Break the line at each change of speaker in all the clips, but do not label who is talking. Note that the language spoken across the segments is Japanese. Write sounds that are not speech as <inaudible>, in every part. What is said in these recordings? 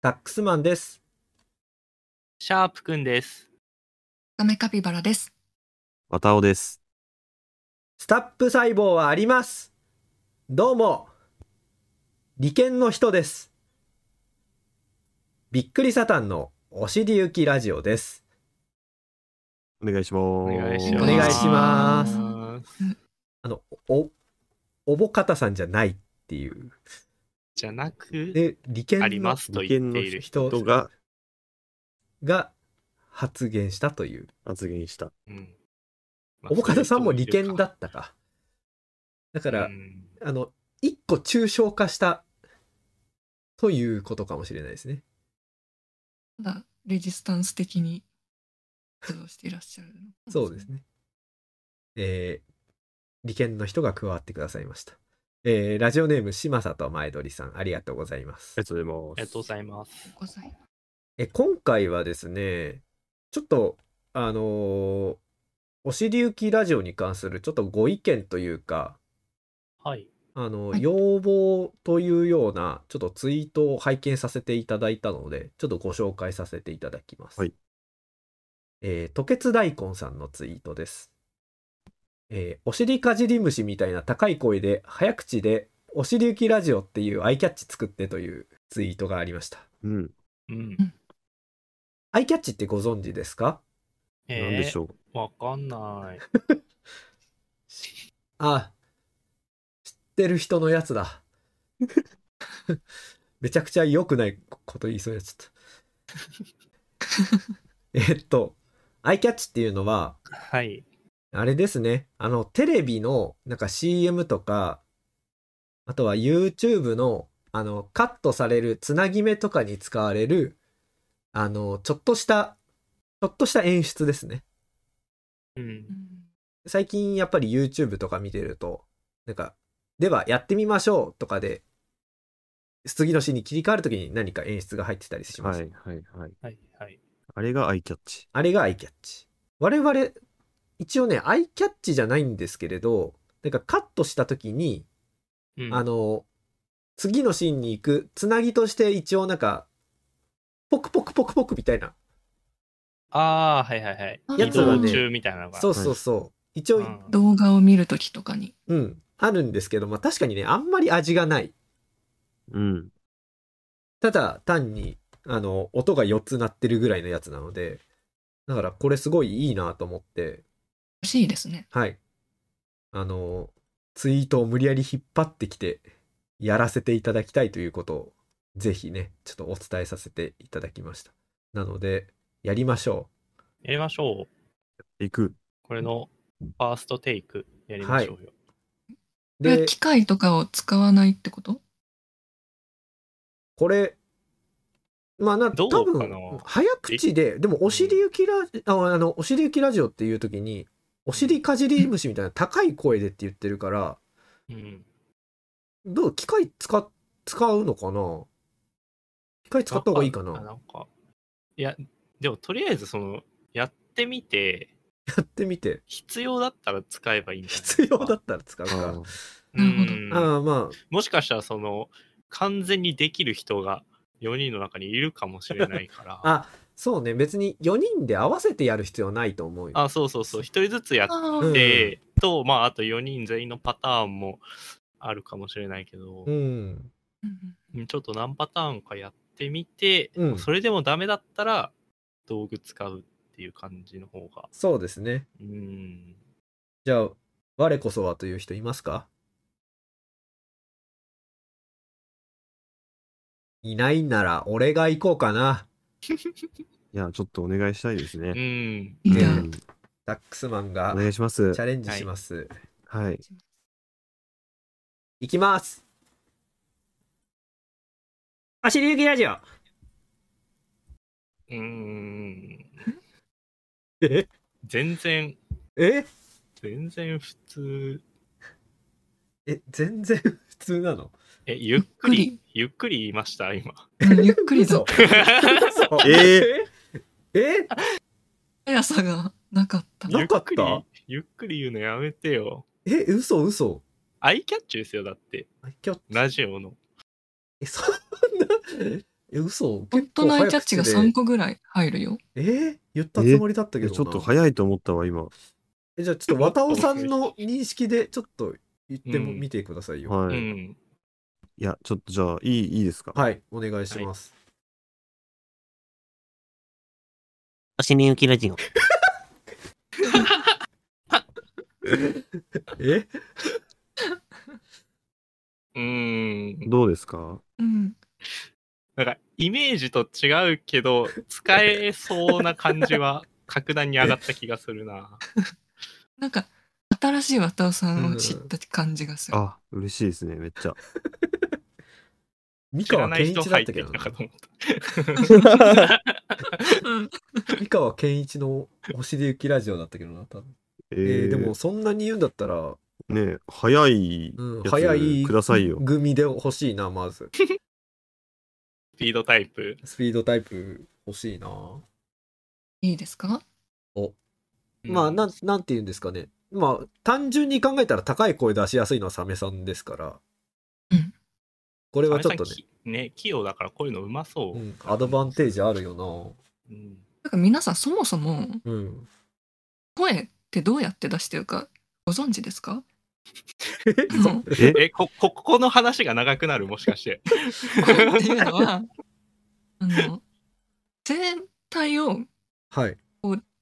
タックスマンです。
シャープくんです。
ガメカピバラです。
わたおです。
スタップ細胞はあります。どうも。利権の人です。びっくりサタンのお尻行きラジオです。
お願いします。お
お願いし
お
ます。
願いします
す
あの、お、おぼかたさんじゃないっていう。
じゃなく、
で、利権
ありま
の
すと
利
言
権
って
の
いる。
人
人が
が発言したという。
発言した。
うんまあ
おぼかたさんも
そういう
利
人いる
権だったか。だか
からう、ん
あの、一個抽象化したということかもしれないですね。
ただ、レジスタンス的に活動していらっしゃるの。
<laughs> そうです。ね。えー利権の人が加わってくださいました。えーラジオネーム、嶋佐と前鳥さん、ありがとうございま
あ
す
りが。とうご
あ
ざい
り
ま
がとうご
す。
ざいます。
ございます。
え、今回はですね、ちょっと、あのーおしりゆきラジオに関するちょっとご意見というか、
はい。
あの、
はい
要望というような、ちょっとツイートを拝見させていただいたので、ちょっとご紹介させていただきます。
はい
えー、吐血大根さんのツイートです。えーお尻かじり虫みたいな高い声で、早口で、お尻行きラジオっていうアイキャッチ作ってというツイートがありました。
うん。
うん。
アイキャッチってご存知ですか
え
なんでしょう。
う。わかんない。
あ、知ってる人のやつだ。 <laughs> めちゃくちゃ良くないこと言いそうやっちゃった。えっと、アイキャッチっていうのは、
はい。
あれですね。あの、テレビの、なんか CM とか、あとは YouTube の、あの、カットされるつなぎ目とかに使われる、あの、ちょっとした、ちょっとした演出ですね。
うん
う。ん
最近やっぱり YouTube とか見てると、なんか、ではやってみましょうとかで、次のシーンに切り替わるときに何か演出が入ってたりしま
は
す。
いはいはい。
はい。はい。
あれがアイキャッチ。
あれがアイキャッチ。我々、一応ね、アイキャッチじゃないんですけれど、なんかカットしたときに、
うん
あ、の、次のシーンに行く、つなぎとして一応なんか、ポクポクポクポクみたいな。
ああ、はいはいはい
あ。
ー
移動中みたいなのが。
そうそうそう。一応、
うん。
動画を見るときとかに。
うん、あるんですけど、まあ確かにね、あんまり味がない。
うん。
ただ単にあの音が4つ鳴ってるぐらいのやつなのでだからこれすごいいいなと思って
欲しいですね。
はいあのツイートを無理やり引っ張ってきてやらせていただきたいということをぜひねちょっとお伝えさせていただきましたなのでやりましょ
やりましょう。
行く。
これのファーストテイクやりましょう
う
よ。
これ
で
は機械とかを使わないってこと
これまあな
ど
多
うかな
分早口ででもお尻行きラジああのお尻行きラジオっていう時にお尻かじり虫みたいな高い声でって言ってるから
うん。
どう機械使っ使うのかな機械使った方がいいかな
あなんか。いや、でもとりあえずその、やってみて、
やってみて。
必要だったら使えばいいんじゃないですか
必要だったら使う
あ
か。
う
ー
ん
ああ、まあ、
もしかしたらその完全にできる人が4人の中にいるかもしれないから
あそうね。別に4人で合わせてやる必要ないと思うよ。
あそうそうそう1人ずつやっ
あ
うん
ー
て、とまああと4人全員のパターンもあるかもしれないけど
う、ん。
うん
ちょっと何パターンかやってみて、
うん
それでもダメだったら道具使うっていう感じの方が
そうですね。
うん
じゃあ、我こそはという人いますかいないなら俺が行こうかな。
いや、ちょっとお願いしたいです
う
ね。
ん
いいな
う
うん
ん
ダックスマン
お
が
願いします
チ。ャレンジします。い、
はい。
きます。お尻行きラジオ
うん
え
全然
え
全然普通
え、全然 <laughs> 普通なの
えゆっくりゆっくり言いました今
うんゆっくりだ
<laughs> 嘘
っ
嘘
<laughs> え
ええ
速さがなかっ
<laughs>
た。
なかった
ゆっくりゆっくり言うのやめてよ。
え、嘘嘘。
アイキャッチですよ、だって。
あ今日、
ラジオの。
え、そんな、え、嘘
本当のアイキャッチが3
個。
個ぐらい入るよ。
えー言ったつもりだったけ
え
どな。
ちょっと早いと思ったわ、今。
えじゃあちょっと渡尾さんの認識でちょっと言っても
うん
見てくださいよ。
は
う
い。い
ん。
や、ちょっとじゃあ、いい、いいですか。
はい、お願いします。
星にゆきラジオ。
<laughs> え
うーん。
どうですか
うん。
なんか、イメージと違うけど、使えそうな感じ
<laughs>
は、格段に上がった気がするな。
なんか、新しい渡尾さんを知った感じがする。
あ、嬉しいですね、めっちゃ。
三
知ら
河
ない
健
人
一だっ
入った
け
て
ど
き
な
た。かと思っ <laughs>
うん
三河健一の星で行きラジオだったけどな、多分。
え
え
ー
ーでもそんなに言うんだったら、
ねえ早い
うん、
や
早い
つくださ
<laughs>
いよ。
組で欲しいな、ま <laughs> ず。
た。スピードタイプ。
スピードタイプ欲しいな。
いいですか
まあ、
うん
なん、なんて言うんですかね。まあ、単純に考えたら高い声出しやすいのはサメさんですから。
うん
これはちょっと
あ
ね
れ、さきね、器用だからこういうのうまそうう。
ん、アドバンテージあるよ
うん
なんか皆さんそもそも
な。うん。
声ってどうやって出してるかご存知ですかあ
そ
の
え
え、こ、こここの話が長くなるもしかして。
声っていうのは、あの、全体を
はい。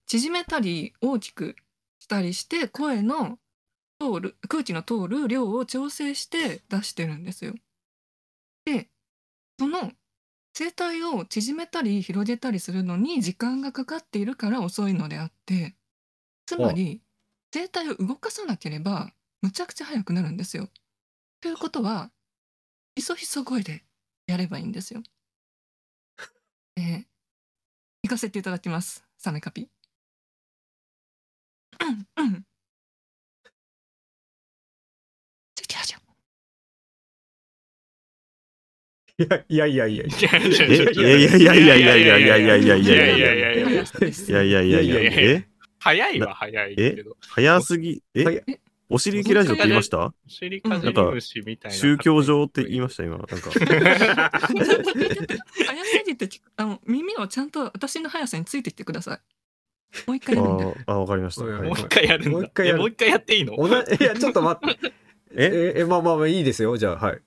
縮めたり大きくしたりして声の通る空気の通る量を調整して出してるんですよ。でその声帯を縮めたり広げたりするのに時間がかかっているから遅いのであってつまり声帯を動かさなければむちゃくちゃ速くなるんですよ。ということはひそひそ声でやればいいんですよ。えー、行かせていただきますサメカピ。うんうん。次はじゃん
いや、いやいやいや
いやいやい
いやいやいやいやいやいやいやいやいやいやいやいやいやいやいやい
やいやいや
やい
いや
やいやいや、
いやいや
え
早いは早いけど。
早すぎ、
は
え
い
お尻行きラジオって言いました
シリカジリムシみたいな。
宗教上って言いました、今。なんか。
早すぎて聞くあの耳をちゃんと私の速さについてきてください。もう一回やるんで。
あーあ、わかりました。
はい
は
も
いう
一回やるんだ。
もう一回やる
えもう一回やっていいの
お <laughs> な、いや、ちょっと待って。
え
え、え、まあまあまあいいですよ。じゃあ、はい。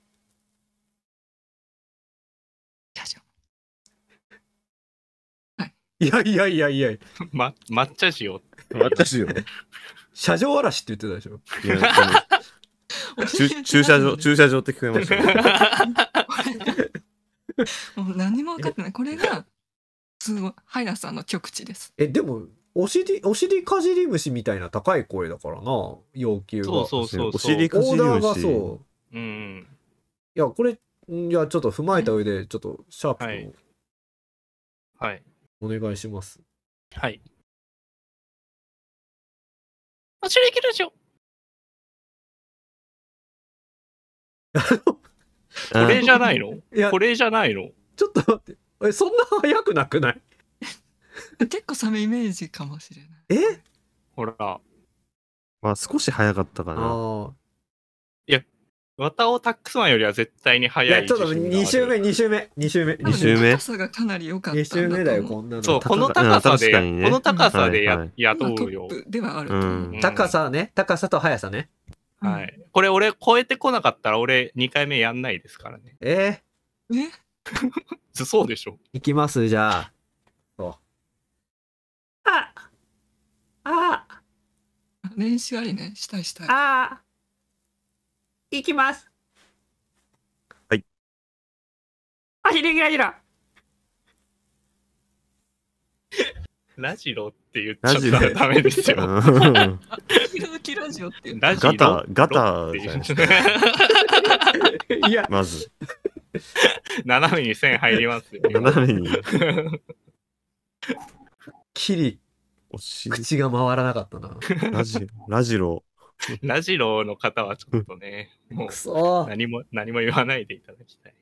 いやいやいやいや、
ま、抹茶塩。
私よ。
車上荒らしって言ってたでしょ。
いやあの駐駐車
<laughs>
場、駐車場って聞こえましたね。
もう何も分かってない。これがすごい速さの極致です。
え、でも、お尻、お尻かじり虫みたいな高い声だからな、要求が。
そうそうそう。
お尻
か。
か
オー
じり
ダーが
虫。
そう。
うん。
いや、これ、んいや、ちょっと踏まえた上で、ちょっと、シャープ
はいはい。
のお願いします。
はい。お尻切るでしょこ
あ
れじゃないの
いや
こ、れじゃないの
ちょっと待って。え、そんな早くなくない
結構サメイメージかもしれない。
え
ほら。
まあ、少し早かったか
あ
な。
あ。
綿尾タックスマンよりは絶対に
い
早い。
や、ちょっと2周目、。2周目、2周目。
多分
二周目
高さがかなり良かったん
2
と思
周
う
目だよ、こんなの。
そう、
高
この高さ
うん確
で、
かにね
この高さで
は
や
い
今
雇
ト
うよ
ッ。プではあると
う
思う。
ん。
高さね、高さと速さね。
うん
はい。これ俺超えてこなかったら俺2回目やんないですからね。
え
ね
ずそうでしょ。
ー、いきます、じ
<laughs>
ゃあ。そう。ああ
練習ありねしたいしたい。
あいきます。
はい。
あ、ひれぎらじら。
ラジロって言っちゃった
ラジ
ら
ロ
ダメですよ。
うん
ひろゆきラジオっていう。
ラジロ
<laughs> ガタ、ガ
ロ
タ
って
じ
い
ゃな
う
いですか、
いや、
まず、
斜めに線入りますよ。
斜めに、
きり、
お尻、
口が回らなかった
<laughs>
な。
ラジ、ラジロ、
<laughs> ラジロの方はちょっとね、もう
くそー。
何も、何も言わないでいただきたい。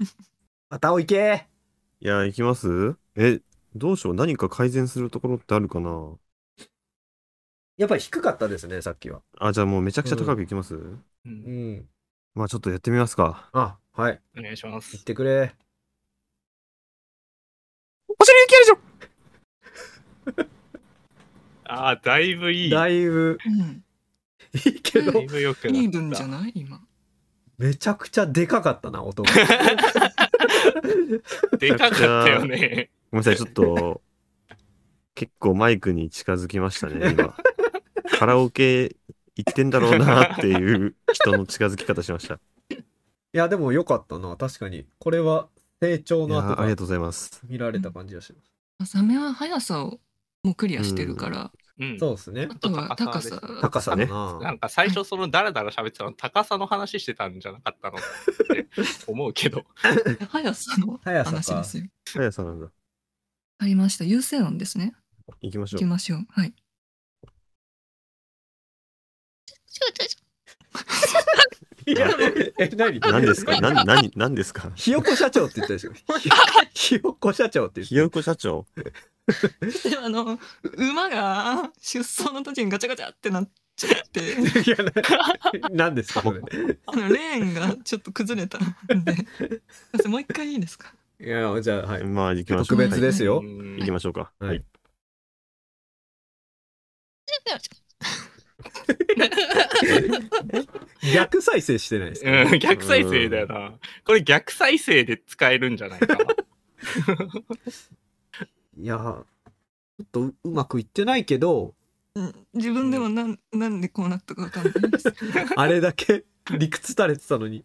またおいけ
いや、行きますえ、どうしよう何か改善するところってあるかな
やっぱり低かったですね、さっきは。
あ、じゃあもうめちゃくちゃ高く行きます、
う、
うんん。
まあちょっとやってみますか。
あ、はい。
お願いしま
言っ
す。
てくれ。
お尻行けるじゃん
ああ、だいぶいい。だ
だいぶ
うん、
いいけど
いぶ良くなった。
イーブンじゃない今。
めちゃくちゃでかかったな
<laughs>
音が
でかかったよね。
ごめんなさい、ちょっと、結構マイクに近づきましたね、今。カラオケ行ってんだろうなっていう人の近づき方しました。
いやでもよかったな確かにこれは成長
い
の
や
後
ーあり
が
がとうございます。
見られた感じがします、
サメは速さをもうクリアしてるから、
うん。
そうですね
あとは高さ
あと
高さだ
な
なん
か最初そのダラダラ喋ってたの高さの話してたんじゃなかったのって思うけど。
速さの
速さ
話
か
ですよ。
あやさんなんだ。
ありました。優勢音ですね。
行きまし
行
ょう
き。ましょう。はい。
いや <laughs> え何
何ですか何、何、何ですか
ひよこ社長って言ったで
<laughs>
しょひひよこ社長って
ひ
言っ
よこ社長
であの馬が出走の時にガチャガチャってなっちゃって
ていやな何ですかそれ
あのレーンがちょっと崩れたんでもう一回いいですか
いやじゃあはい
まあ行きましょ
特
う。
別ですよ、
うん
はい行きましょうか。
はい
はい。
逆再生してないですか、
うん、逆再生だよな。これ逆再生で使えるんじゃな
<laughs>
いかな。
いやーちょっとううまくいってないけど <laughs>
うん自分でもなんなんでこうなったかわかんないです。
あれだけ <laughs> 理屈垂れてたのにい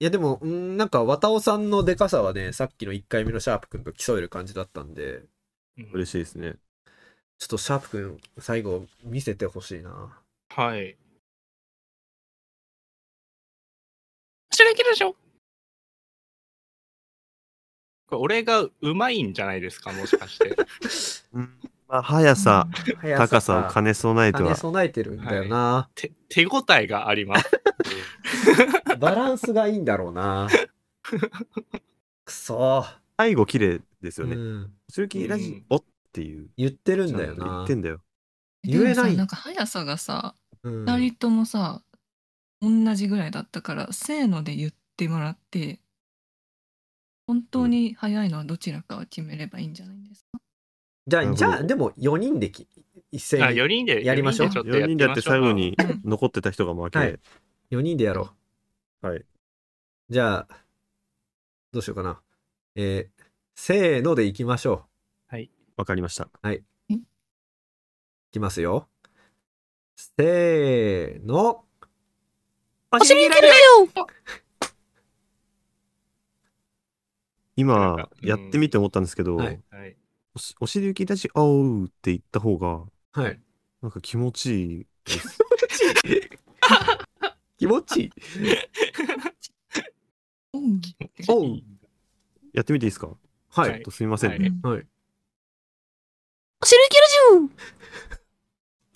やでもうんなんか綿尾さんのでかさはねさっきの1回目のシャープくんと競える感じだったんで
うん
嬉しいですね。
ちょっとシャープくん最後見せてほしいな
はい。知らんけどでしょこれ俺がうまいんじゃないですか、もし
<laughs>
かして。
まあ、速さ、高
高
さを兼ね備えて
兼ね
は、
備えてるんだよな、
て手応えがあ
<laughs>
ります。
バランスがいいんだろうなくそー
最後綺麗ですよ
う
ね。
ん
それきラジオっていう。
言ってるんだよ
言
な
ってんだよ。
言えない
でもさなんか速さがさ、
うん
二人ともさ、同じぐらいだったから、せーので言ってもらって、本当に速いのはどちらかを決めればいいんじゃないですか。
じゃ
なる
あ
ほど
じゃあでも4人でき一
あ
斉に
4人で
やりましょう
四人でちょっと
4人でやって最後に
うん
残ってた人が負け。
はい4人でやろう。
はい。
じゃあ、どうしようかな。えーせーのでいきましょう。
わかりました。
いきますよ。せーの。お尻切れる
なん
今
か、
やってみて思ったんですけど、
はい
はい。
おしお尻浮き出し、あおうって言った方が、
はい。
なんか気持ちいいです。
気持ちいい。
恩義って。
おう
やってみていいですか
は
はいい。
ちょっとすみません、
は
ね
い
はい。
お尻いける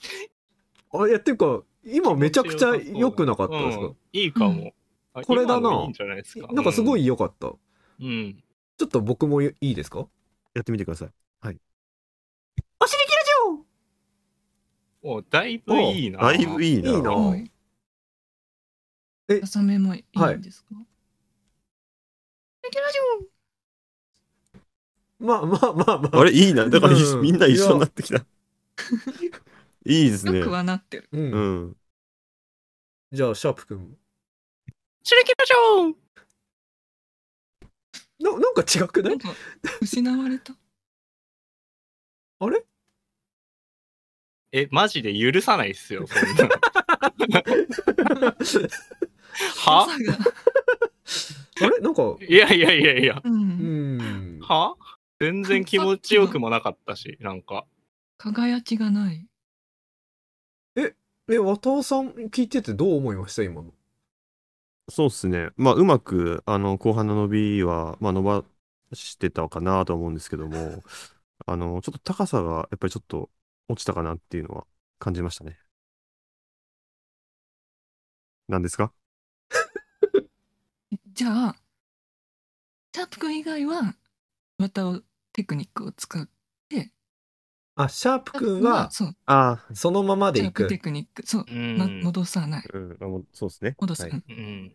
じゅん
あ、いや、っていうか、今めちゃくちゃ良くなかったです
う
か
ん、いいかも。あ
これだな
今のいいんじゃないですか。
なんかすごい良かった。
うん。うん。
ちょっと僕もいいですか
やってみてください。
お尻切れ
もうだいぶいいな。
だいぶいいな。
いいな
はい
え
浅めもいいんですか、
まあまあまあまあ。
あれいいな。だから、
うん
みんな一緒になってきた。いいですね
よく。はなってる。
<laughs> う。
うんん。
じゃあ、シャープくん。
手裏剣ラジオ
な、なんか違くな
ないんか失われた。
あれ <laughs>
え、マジで許さないっすよ、そんな。は
朝が。
あれなんか、
いやいやいやいや。
う
うんん。
は全然気持ちよくもなかったし、なんか。
輝きがない。
え、渡尾さん聞いててどう思いました今の。
そうっすね。まあ、うまく、あの、後半の伸びは、まあ、伸ばしてたかなとは思うんですけども、あの、ちょっと高さが、やっぱりちょっと落ちたかなっていうのは感じましたね。何ですか
じゃあ、チャップ君以外は、またテクニックを使う。
あ、シャープくんは、
そう、
あ
そのままで
チャ
い
ップ
く
テ。クニック。そう、
う
ま
ん。
戻さない。
あ、うん、あもうそうですね。
戻す。
はい
うん
うん。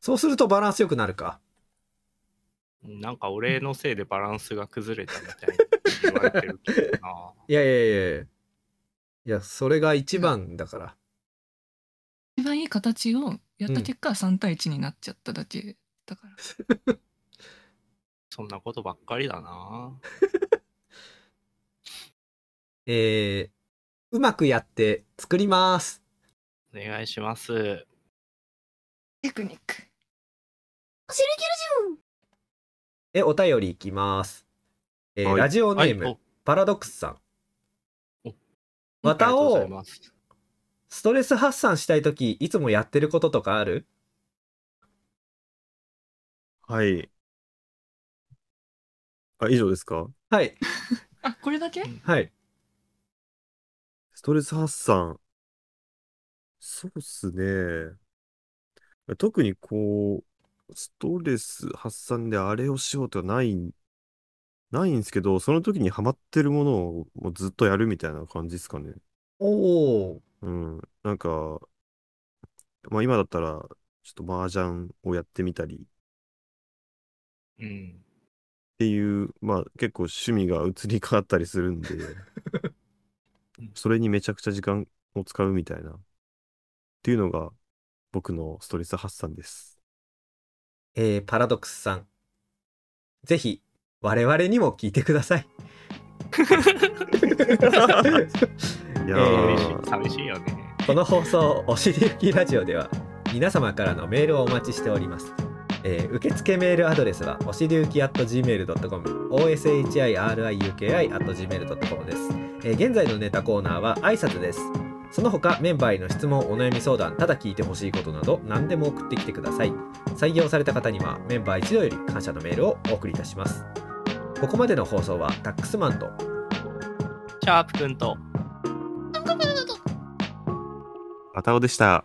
そうするとバランス良くなるか。
なんか俺のせいでバランスが崩れたみたいに <laughs> 言われてるけどな。
いやいやいやいや。いや、それが一番だから。
一番いい形をやった結果3対1になっちゃっただけだから、
そんなことばっかりだな。
えー、うまくやって作ります。
お願いします。
テクニック
走り切る
え、お便りいきます。えー
はい
ラジオネーム、
はい、
パラドックスさん。
おありが
綿
とうござい
を
ます。
ストレス発散したいとき、いつもやってることとかある
はい。あ、以上ですか
はい、
あこれだけ
はい。
ストレス発散。そうっすね。特にこう、ストレス発散であれをしようとはない、ないんですけど、その時にハマってるものをもうずっとやるみたいな感じですかね。
おー、
うん。なんか、まあ今だったら、ちょっと麻雀をやってみたりっ
うん。
ていう、まあ結構趣味が移り変わったりするんで、それにめちゃくちゃ時間を使うみたいな、っていうのが僕のストレス発散です。
えーパラドックスさん。ぜひ、我々にも聞いてください。
いや
え
寂し
ー
い寂しいよね。
この放送「おしりゆきラジオ」では皆様からのメールをお待ちしております、えー受付メールアドレスはおしりゆき .gmail.com oshiriuki.gmail.com です、えー現在のネタコーナーは挨拶ですその他メンバーへの質問お悩み相談ただ聞いてほしいことなど何でも送ってきてください採用された方にはメンバー一同より感謝のメールをお送りいたしますここまでの放送はタックスマンと
シャープくんと
ジュン
あたおでした。